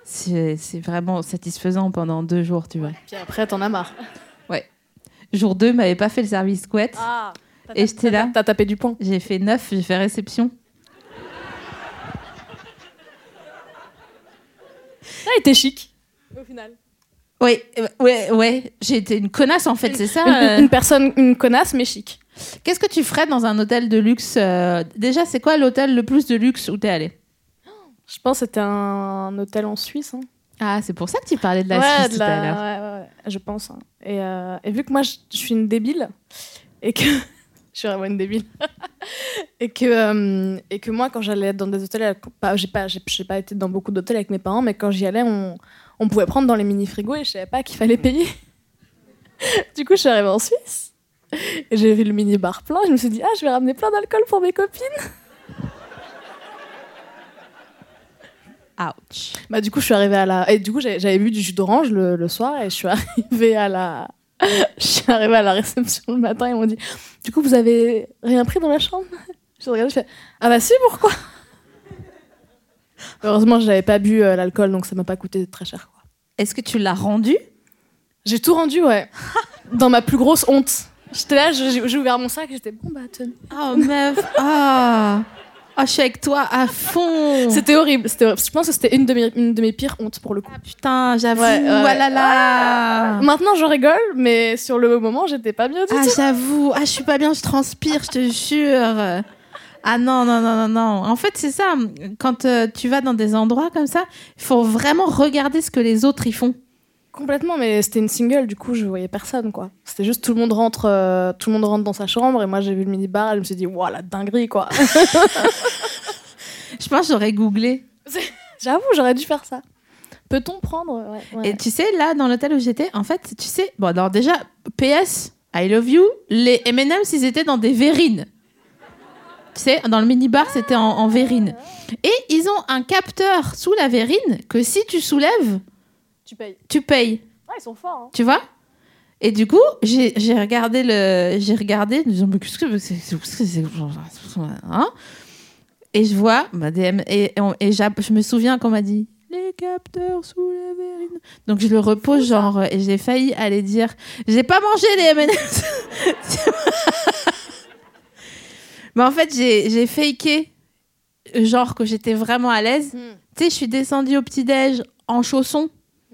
S3: c'est c'est vraiment satisfaisant pendant deux jours, tu vois.
S4: Puis après, t'en as marre.
S3: Jour 2, m'avait pas fait le service couette.
S4: Ah,
S3: Et j'étais là.
S4: T'as tapé du poing.
S3: J'ai fait 9, j'ai fait réception.
S4: Ah, il était chic. Au final.
S3: Oui, euh, ouais, ouais, j'ai été une connasse en fait, c'est ça.
S4: Une,
S3: euh.
S4: une personne, une connasse, mais chic.
S3: Qu'est-ce que tu ferais dans un hôtel de luxe euh, Déjà, c'est quoi l'hôtel le plus de luxe où t'es allé
S4: Je pense que c'était un hôtel en Suisse. hein.
S3: Ah, c'est pour ça que tu parlais de la
S4: ouais,
S3: Suisse
S4: de
S3: tout à
S4: la-
S3: l'heure.
S4: ouais, ouais, ouais, je pense. hein. Et, euh, et vu que moi, je, je suis une débile, et que. je suis vraiment une débile. et, que, euh, et que moi, quand j'allais être dans des hôtels, avec- pas- j'ai pas, j'ai, j'ai pas été dans beaucoup d'hôtels avec mes parents, mais quand j'y allais, on, on pouvait prendre dans les mini-frigos et je savais pas qu'il fallait payer. du coup, je suis arrivée en Suisse. Et j'ai vu le mini-bar plein, je me suis dit, ah, je vais ramener plein d'alcool pour mes copines.
S3: Ouch.
S4: Bah du coup, je suis arrivée à la. Et du coup, j'avais j'avais bu du jus d'orange le, le soir et je suis arrivée à la. Je suis arrivée à la réception le matin et ils m'ont dit Du coup, vous avez rien pris dans la chambre Je regarde, je fais Ah bah si, pourquoi Heureusement, je n'avais pas bu euh, l'alcool donc ça m'a pas coûté très cher. quoi.
S3: Est-ce que tu l'as rendu
S4: J'ai tout rendu, ouais. dans ma plus grosse honte. J'étais là, je- j'ai j'ai ouvert mon sac, j'étais bon bah tenez.
S3: Oh meuf, Oh, ah Oh, je suis avec toi à fond.
S4: C'était horrible, c'était horrible. Je pense que c'était une, de mes- une de mes pires hontes pour le coup.
S3: Ah, putain, j'avoue.
S4: Ouais, Ah. ouais.
S3: Ah là là.
S4: Maintenant, je rigole, mais sur le moment, j'étais pas bien du
S3: Ah,
S4: tout.
S3: j'avoue. Ah, je suis pas bien, je transpire, je te jure. Ah non, non, non, non, non. En fait, c'est ça. Quand euh, tu vas dans des endroits comme ça, il faut vraiment regarder ce que les autres y font.
S4: Complètement, mais c'était une single, du coup, je voyais personne, quoi. C'était juste tout le monde rentre, euh, tout le monde rentre dans sa chambre, et moi, j'ai vu le mini bar, et je me suis dit, waouh, la dinguerie, quoi.
S3: Je pense que j'aurais googlé.
S4: J'avoue, j'aurais dû faire ça. Peut-on prendre euh, Ouais, ouais.
S3: Et tu sais, là, dans l'hôtel où j'étais, en fait, tu sais, bon, alors déjà, PS, I love you, les M&M's, ils étaient dans des verrines. Tu sais, dans le minibar, c'était en, en verrine. Et ils ont un capteur sous la verrine que si tu soulèves,
S4: tu payes.
S3: tu payes.
S4: Ouais, ils sont forts. hein.
S3: Tu vois Et du coup, j'ai j'ai regardé le. J'ai regardé, en disant, mais qu'est-ce que c'est c'est- qu'est-ce que c'est- hein Et je vois, ma DM, et, et on- et j'a- je me souviens qu'on m'a dit les capteurs sous la verrine. Donc je le repose, genre, et j'ai failli aller dire j'ai pas mangé les MM's. mais en fait, j'ai j'ai faké, genre, que j'étais vraiment à
S4: hein.
S3: l'aise. Tu sais, je suis descendue au petit-déj en chaussons.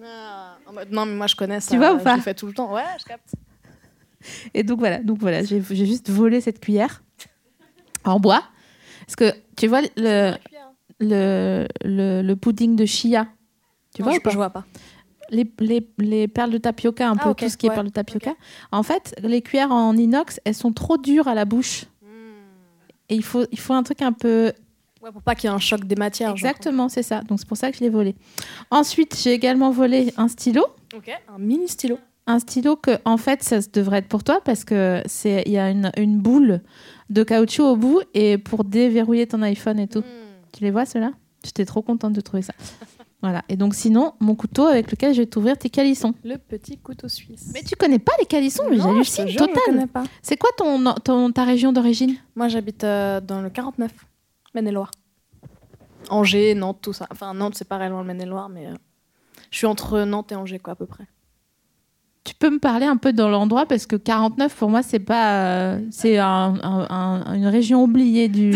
S4: Ah, en mode, non, mais moi, je connais ça.
S3: Tu vois ou
S4: je
S3: pas
S4: le fais tout le temps. Ouais, je capte.
S3: Et donc voilà, donc voilà, j'ai j'ai juste volé cette cuillère en bois. Parce que tu vois le, le, le, le pudding de chia, tu
S4: Non,
S3: vois
S4: je,
S3: ou pas
S4: je vois pas.
S3: les, les, les perles de tapioca, un
S4: Ah,
S3: peu
S4: ok,
S3: tout ce qui est
S4: ouais,
S3: perles de tapioca. En fait, les cuillères en inox, elles sont trop dures à la bouche.
S4: Hmm.
S3: Et il faut, il faut un truc un peu.
S4: Ouais, pour pas qu'il y ait un choc des matières.
S3: Exactement, c'est ça. Donc c'est pour ça que je l'ai volé. Ensuite, j'ai également volé un stylo.
S4: genre. Ok. Un mini stylo.
S3: un stylo que en fait ça se devrait être pour toi parce que c'est il y a une, une boule de caoutchouc au bout et pour déverrouiller ton iPhone et tout.
S4: Hmm.
S3: Tu les vois ceux-là J'étais trop contente de trouver ça. voilà. Et donc sinon mon couteau avec lequel je vais t'ouvrir tes calissons.
S4: Le petit couteau suisse.
S3: Mais tu connais pas les calissons mais
S4: Non,
S3: j'hallucine
S4: je te jure, je
S3: total.
S4: connais pas.
S3: C'est quoi ton, ton ta région d'origine
S4: Moi, j'habite euh, dans le 49, Maine-et-Loire. Angers, Nantes, tout ça. Enfin, Nantes, c'est pas réellement le Maine-et-Loire, mais euh, je suis entre Nantes et Angers, quoi, à peu près.
S3: Tu peux me parler un peu dans l'endroit parce que 49 pour moi c'est pas euh, c'est un- un- un- une région oubliée du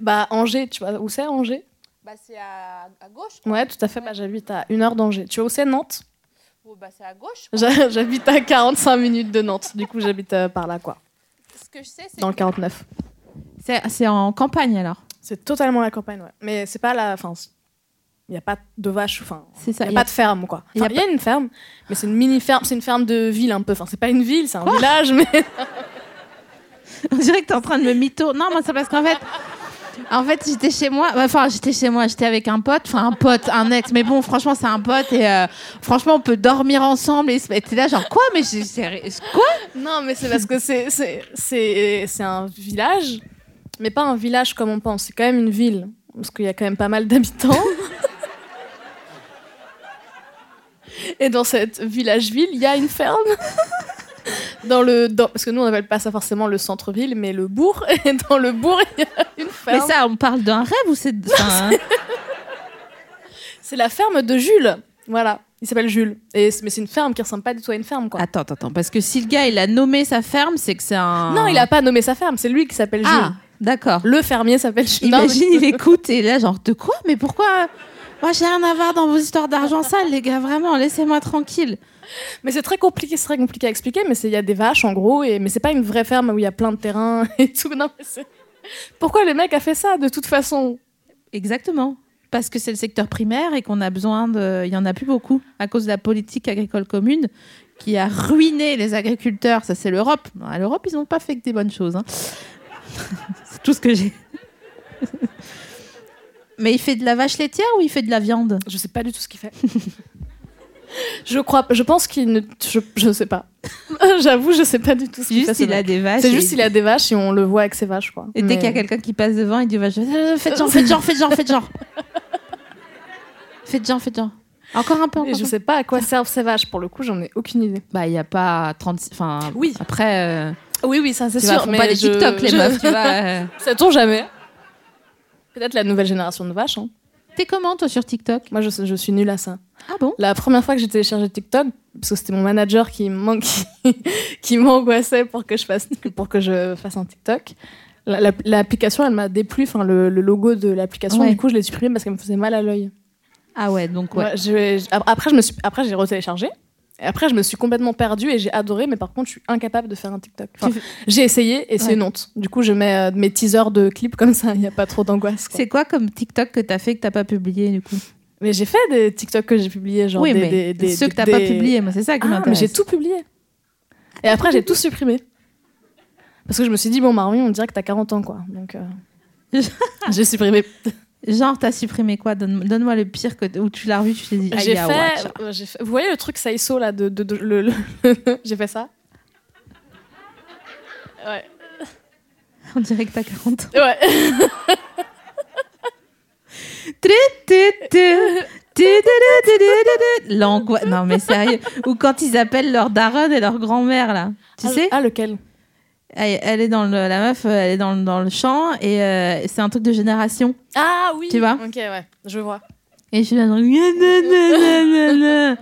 S4: Bah, Angers, tu vois où c'est Angers
S5: Bah, c'est à, à gauche. quoi.
S4: Ouais, tout à fait. Bah, j'habite à une heure d'Angers. Tu vois où c'est Nantes
S5: Oh, bah, c'est à gauche.
S4: J'ha- J'habite à 45 minutes de Nantes. Du coup, j'habite euh, par là, quoi,
S5: Ce que je sais, c'est
S4: dans le 49.
S3: c'est c'est en campagne alors.
S4: C'est totalement la campagne, ouais. Mais c'est pas la. Enfin, il n'y a pas de vaches. Enfin,
S3: C'est ça.
S4: Il
S3: Il
S4: n'y a pas de ferme, quoi.
S3: y a
S4: Enfin, Il y, a une ferme, mais c'est une mini-ferme, c'est une ferme de ville un peu. Enfin, c'est pas une ville, c'est un village, mais
S3: On dirait que t'es en train de me mytho. Non, moi, c'est parce qu'en fait, en fait, j'étais chez moi. bah, Enfin, j'étais chez moi. J'étais avec un pote. Enfin, un pote, un ex. Mais bon, franchement, c'est un pote. Et euh, franchement, on peut dormir ensemble. Et se- et t'es là, genre, quoi Mais j'ai- c'est- quoi
S4: Non, mais c'est parce que c'est- c'est c'est- c'est un village, mais pas un village comme on pense. C'est quand même une ville, parce qu'il y a quand même pas mal d'habitants. Et dans cette village-ville, il y a une ferme. Dans le, dans- parce que nous, on n'appelle pas ça forcément le centre-ville, mais le bourg. Et dans le bourg, il y a une
S3: Mais
S4: ferme.
S3: ça, on parle d'un rêve ou c'est. enfin,
S4: C'est la ferme de Jules. Voilà, il s'appelle Jules. Et, c'est- mais c'est une ferme qui ressemble pas du tout à une ferme, quoi.
S3: Attends, attends, attends. Parce que si le gars, il a nommé sa ferme, c'est que c'est un.
S4: Non, il a pas nommé sa ferme, c'est lui qui s'appelle Jules.
S3: Ah, d'accord.
S4: Le fermier s'appelle Jules. Non, mais-
S3: Imagine, il écoute et là, genre, de quoi Mais pourquoi Moi, j'ai rien à voir dans vos histoires d'argent sale, les gars. Vraiment, laissez-moi tranquille.
S4: Mais c'est très compliqué, c'est très compliqué à expliquer, mais c'est- il y a des vaches en gros, et, mais c'est pas une vraie ferme où il y a plein de terrains et tout. Non, mais c'est- Pourquoi le mec a fait ça de toute façon
S3: Exactement. Parce que c'est le secteur primaire et qu'on a besoin de. Il n'y en a plus beaucoup à cause de la politique agricole commune qui a ruiné les agriculteurs. Ça, c'est l'Europe. Non, À l'Europe, ils n'ont pas fait que des bonnes choses. hein. c'est tout ce que j'ai. Mais il fait de la vache laitière ou il fait de la viande
S4: Je sais pas du tout ce qu'il fait. je crois, je pense qu'il ne. Je, je sais pas. J'avoue, je sais pas du tout ce qu'il fait.
S3: Juste,
S4: ce
S3: il a
S4: mec.
S3: des vaches.
S4: C'est
S3: et-
S4: juste il a des vaches et on le voit avec ses vaches, quoi.
S3: Et dès
S4: Mais-
S3: qu'il y a quelqu'un qui passe devant, il dit vache. Euh, Faites genre, faites genre, faites genre, faites genre. Faites genre, faites genre. Encore un peu,
S4: Mais
S3: encore
S4: je
S3: un peu.
S4: sais pas à quoi servent ces vaches, pour le coup, j'en ai aucune idée.
S3: Bah, il n'y a pas 36. Enfin,
S4: Oui.
S3: après. euh,
S4: Oui, oui, ça c'est
S3: Tu vois, font pas des TikTok, les meufs, tu vois. euh.
S4: Ça tourne jamais. Peut-être la nouvelle génération de vaches. hein.
S3: T'es comment, toi, sur TikTok
S4: Moi, je, je suis nulle à ça.
S3: Ah bon
S4: La première fois que j'ai téléchargé TikTok, parce que c'était mon manager qui m'an- qui- qui m'angoissait pour que je fasse pour que je fasse un TikTok. La- la- L'application, elle m'a déplu, enfin le, le logo de l'application,
S3: Ouais.
S4: du coup je l'ai supprimé parce qu'elle me faisait mal à l'œil.
S3: Ah ouais, donc ouais.
S4: Ouais, je- je- ap- après, je me suis, après, j'ai retéléchargé. Et après, je me suis complètement perdue et j'ai adoré, mais par contre, je suis incapable de faire un TikTok. Enfin,
S3: Tu-
S4: j'ai essayé et c'est
S3: Ouais.
S4: une honte. Du coup, je mets euh, mes teasers de clips comme ça, il n'y a pas trop d'angoisse. quoi.
S3: C'est quoi comme TikTok que t'as fait que t'as pas publié du coup
S4: Mais j'ai fait des TikTok que j'ai publiés, genre
S3: Oui,
S4: des,
S3: mais
S4: des- des-
S3: ceux que t'as
S4: des-
S3: pas publiés, moi c'est ça qui
S4: Ah, mais
S3: m'intéresse.
S4: j'ai tout publié. Et après, j'ai tout supprimé. Parce que je me suis dit, bon, Marie, on dirait que t'as 40 ans, quoi. Donc, euh, j'ai supprimé.
S3: Genre t'as supprimé quoi Donne- Donne-moi le pire que où tu l'as revu, tu t'es dit. aïe,
S4: J'ai
S3: ah, ouais,
S4: fait,
S3: ça.
S4: euh, j'ai fait- Vous voyez le truc Saiso, là, de. de- de- le- le- j'ai fait ça. Ouais.
S3: On dirait que t'as 40 ans.
S4: Ouais.
S3: L'angoisse. Non mais sérieux. Ou quand ils appellent leur daronne et leur grand-mère là. Tu
S4: ah,
S3: sais
S4: Ah, lequel
S3: elle, elle est dans le, la meuf, euh, elle est dans, le- dans le champ et euh, c'est un truc de génération.
S4: Ah oui
S3: Tu vois
S4: Ok, ouais, je vois.
S3: Et je suis là, genre, Gnagnagnagnagna.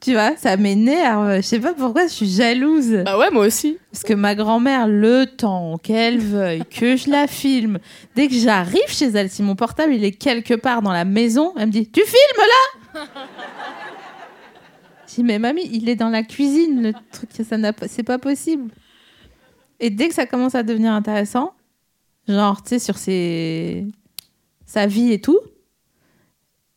S3: tu vois, ça m'énerve. Je sais pas pourquoi, je suis jalouse.
S4: Bah ouais, moi aussi.
S3: Parce que ma grand-mère, le temps qu'elle veuille que je la filme, dès que j'arrive chez elle, si mon portable il est quelque part dans la maison, elle me dit Tu filmes là Je dis Mais mamie, il est dans la cuisine, le truc, ça n'a pas- c'est pas possible. Et dès que ça commence à devenir intéressant, genre, tu sais, sur ses... sa vie et tout,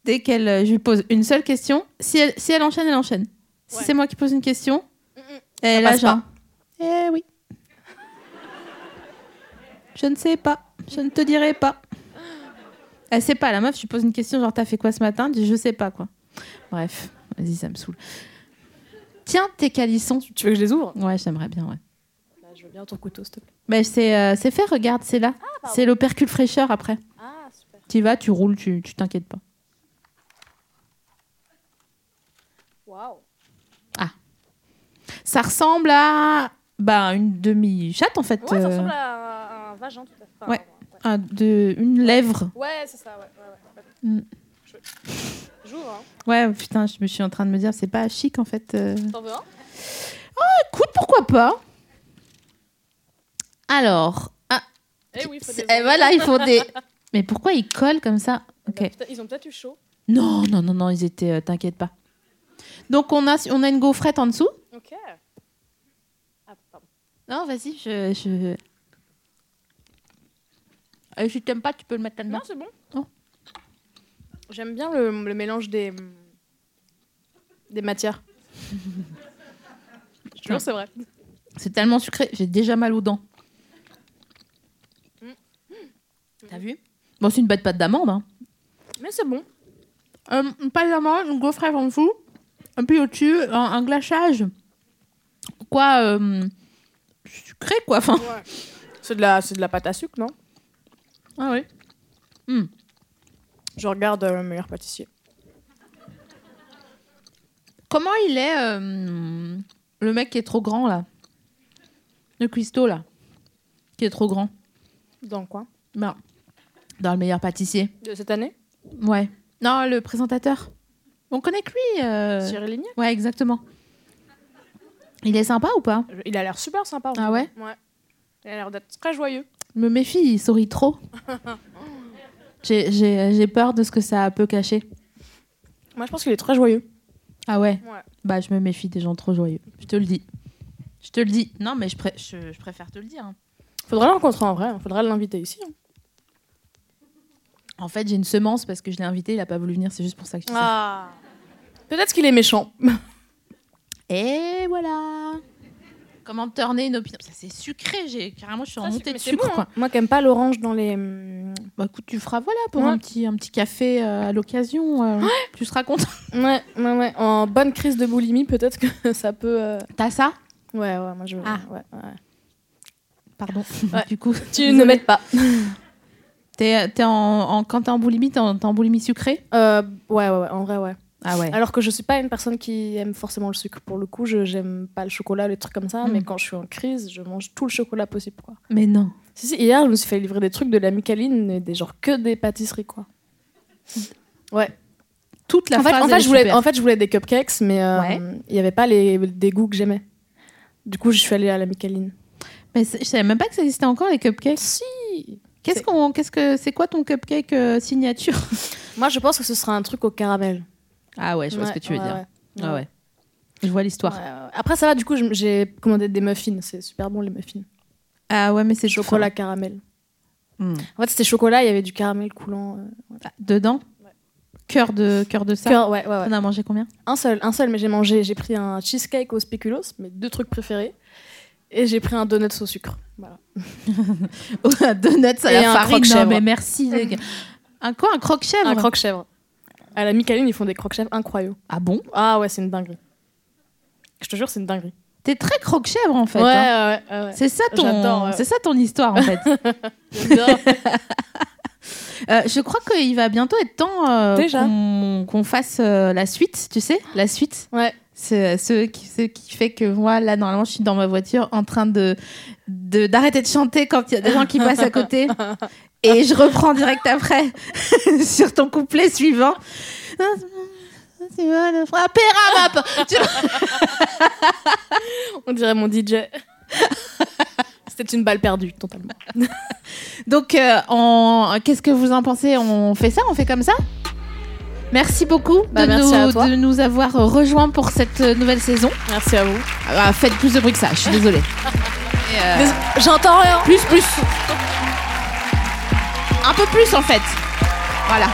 S3: dès qu'elle. euh, Je lui pose une seule question, si elle, si elle enchaîne, elle enchaîne. Si
S4: Ouais. Mm,
S3: c'est moi qui pose une question, elle a
S4: passe
S3: genre. Eh oui. Je ne sais pas. Je ne te dirai pas. Elle sait pas. La meuf, tu poses une question genre t'as fait quoi ce matin Elle dit, Je sais pas quoi. Bref, vas-y, ça me saoule. Tiens, tes calissons.
S4: Tu veux que je les ouvre
S3: Ouais, j'aimerais bien, ouais.
S4: Je veux bien ton couteau, s'il te plaît.
S3: Bah, c'est euh, c'est fait, regarde, c'est là. c'est l'opercule fraîcheur après.
S5: Ah, super.
S3: Tu y vas, tu roules, tu tu t'inquiètes pas.
S5: Waouh.
S3: Ça ressemble à bah, une demi-chatte en fait.
S5: Ouais, ça
S3: euh,
S5: ressemble à un, un vagin, tout à fait. Enfin,
S3: ouais. un- de- une lèvre.
S5: Ouais, c'est ça, ouais. ouais, ouais.
S3: Mm.
S5: Je- J'ouvre, hein.
S3: Ouais, putain, je me suis en train de me dire, c'est pas chic en fait. euh.
S5: T'en veux un
S3: Écoute, pourquoi pas Alors, ah,
S5: Eh oui, faut
S3: c'est-
S5: des
S3: eh, voilà, il faut des. Mais pourquoi ils collent comme ça
S5: Bah,
S3: Ok.
S5: putain, Ils ont peut-être eu chaud.
S3: Non, non, non, non, ils étaient. euh, T'inquiète pas. Donc on a, on a une gaufrette en dessous.
S5: Ok. Ah, pardon.
S3: Non, vas-y, je. Je, Euh, je t'aime pas, tu peux le mettre
S4: Non,
S3: là-dedans.
S4: c'est bon.
S3: Non.
S4: J'aime bien le, le mélange des. des matières. je te jure, c'est vrai.
S3: C'est tellement sucré, j'ai déjà mal aux dents. Mm. T'as vu Bon, c'est une bête pâte d'amande. Hein.
S4: Mais c'est bon.
S3: Euh, une pâte d'amande, une gaufrette en dessous, un puis au-dessus, un, un glaçage. Quoi euh, Sucré, quoi. Enfin,
S4: C'est de, la, c'est de la pâte à sucre, non
S3: ah oui.
S4: Je regarde euh, le meilleur pâtissier.
S3: Comment il est, euh, le mec qui est trop grand, là Le cuistot, là Qui est trop grand
S4: Dans quoi
S3: Ben, Dans le meilleur pâtissier.
S4: De cette année
S3: Ouais. Non, le présentateur. On connaît que lui. euh.
S4: Cyril Lignac
S3: Ouais, exactement. Il est sympa ou pas
S4: Il a l'air super sympa. en
S3: Ah
S4: fait.
S3: ouais
S4: Ouais. Il a l'air d'être très joyeux.
S3: Je me méfie, il sourit trop. J'ai- J'ai j'ai peur de ce que ça peut cacher.
S4: Moi, je pense qu'il est très joyeux.
S3: Ah ouais
S4: Ouais.
S3: Bah, je me méfie des gens trop joyeux. Je te le dis. Je te le dis. Non, mais je, pré- je, je préfère te le dire. hein.
S4: Faudrait le rencontrer en vrai. hein. Faudrait l'inviter ici. hein.
S3: En fait, j'ai une semence parce que je l'ai invité, il a pas voulu venir, c'est juste pour ça que je dis ça.
S4: Ah. Peut-être qu'il est méchant. Ah.
S3: Et voilà Comment tourner une opinion Ça, C'est sucré, j'ai carrément, je suis en
S4: Ça, c'est-
S3: montée de
S4: mais c'est
S3: sucre.
S4: bon, hein.
S3: quoi.
S4: Moi qui aime pas l'orange dans les. hum,
S3: Bah, écoute, tu feras voilà pour
S4: Ouais.
S3: un, petit, un petit café euh, à l'occasion. euh, tu seras content.
S4: Ouais, ouais, ouais. En bonne crise de boulimie, peut-être que ça peut. euh,
S3: T'as ça
S4: Ouais, ouais, moi je.
S3: Ah.
S4: ouais, ouais.
S3: Pardon.
S4: Ouais.
S3: Du coup,
S4: Tu ne m'aides pas.
S3: t'es t'es en, en- quand t'es en boulimie, t'es en, t'es en boulimie sucrée
S4: Euh, ouais, ouais, ouais, en vrai, ouais.
S3: Ah ouais.
S4: Alors que je suis pas une personne qui aime forcément le sucre. Pour le coup, je j'aime pas le chocolat, les trucs comme ça.
S3: Mm.
S4: Mais quand je suis en crise, je mange tout le chocolat possible, quoi.
S3: Mais non.
S4: Si, si, hier, je me suis fait livrer des trucs de la Micaline, et des genre que des pâtisseries, quoi.
S3: Toute la
S4: en, fait,
S3: phrase,
S4: en, fait,
S3: elle est
S4: je voulais,
S3: super.
S4: en fait, je voulais des cupcakes, mais euh, il
S3: Ouais.
S4: y avait pas les, des goûts que j'aimais. Du coup, je suis allée à la Micaline.
S3: Mais c'est- je savais même pas que ça existait encore les cupcakes.
S4: Si
S3: Qu'est-ce
S4: C'est-
S3: qu'on, qu'est-ce que, c'est quoi ton cupcake euh, signature
S4: Moi, je pense que ce sera un truc au caramel.
S3: Ah ouais, je vois ce que tu veux
S4: ouais,
S3: dire.
S4: ouais.
S3: Ah ouais. Je vois l'histoire.
S4: Ouais, ouais. Après, ça va, du coup, je- j'ai commandé des muffins. C'est super bon, les muffins.
S3: Ah ouais, mais c'est
S4: C'est chocolat caramel.
S3: Hmm.
S4: En fait, c'était chocolat, il y avait du caramel coulant. euh,
S3: Ah, dedans. Cœur de, cœur de ça.
S4: cœur, ouais, ouais, ouais.
S3: On a mangé combien
S4: Un seul, un seul, mais j'ai mangé. J'ai pris un cheesecake au spéculoos, mes deux trucs préférés. Et j'ai pris un donut au sucre. Voilà.
S3: Un donut à
S4: Et
S3: la
S4: un
S3: farine. Non,
S4: croque-chèvre.
S3: mais merci les gars. Un quoi Un croque-chèvre
S4: Un croque-chèvre. À la Micaline, ils font des croque-chèvres incroyables.
S3: Ah bon
S4: Ah ouais, c'est une dinguerie. Je te jure, c'est une dinguerie.
S3: T'es très croque-chèvre en fait.
S4: ouais,
S3: hein.
S4: ouais, ouais, ouais.
S3: C'est ça ton,
S4: J'adore, ouais.
S3: c'est ça ton histoire en fait.
S4: J'adore.
S3: Euh, je crois qu'il va bientôt être temps euh,
S4: Déjà.
S3: qu'on qu'on fasse euh, la suite, tu sais, la suite.
S4: Ouais.
S3: C'est ce qui, ce qui fait que moi, là, normalement, je suis dans ma voiture en train de de- d'arrêter de, chanter quand il y a des gens qui passent à côté. Et je reprends direct après sur ton couplet suivant. Tu vas le frapper, ramap
S4: On dirait mon DJ. C'était une balle perdue, totalement.
S3: Donc, euh, on- qu'est-ce que vous en pensez On fait ça On fait comme ça Merci beaucoup
S4: Bah,
S3: de,
S4: merci à
S3: nous,
S4: toi.
S3: de nous avoir rejoints pour cette nouvelle saison.
S4: Merci à vous.
S3: Ah bah, faites plus de bruit que ça, je suis désolée. Et, euh,
S4: Dés- J'entends rien.
S3: plus, plus. Un peu plus en fait. Voilà.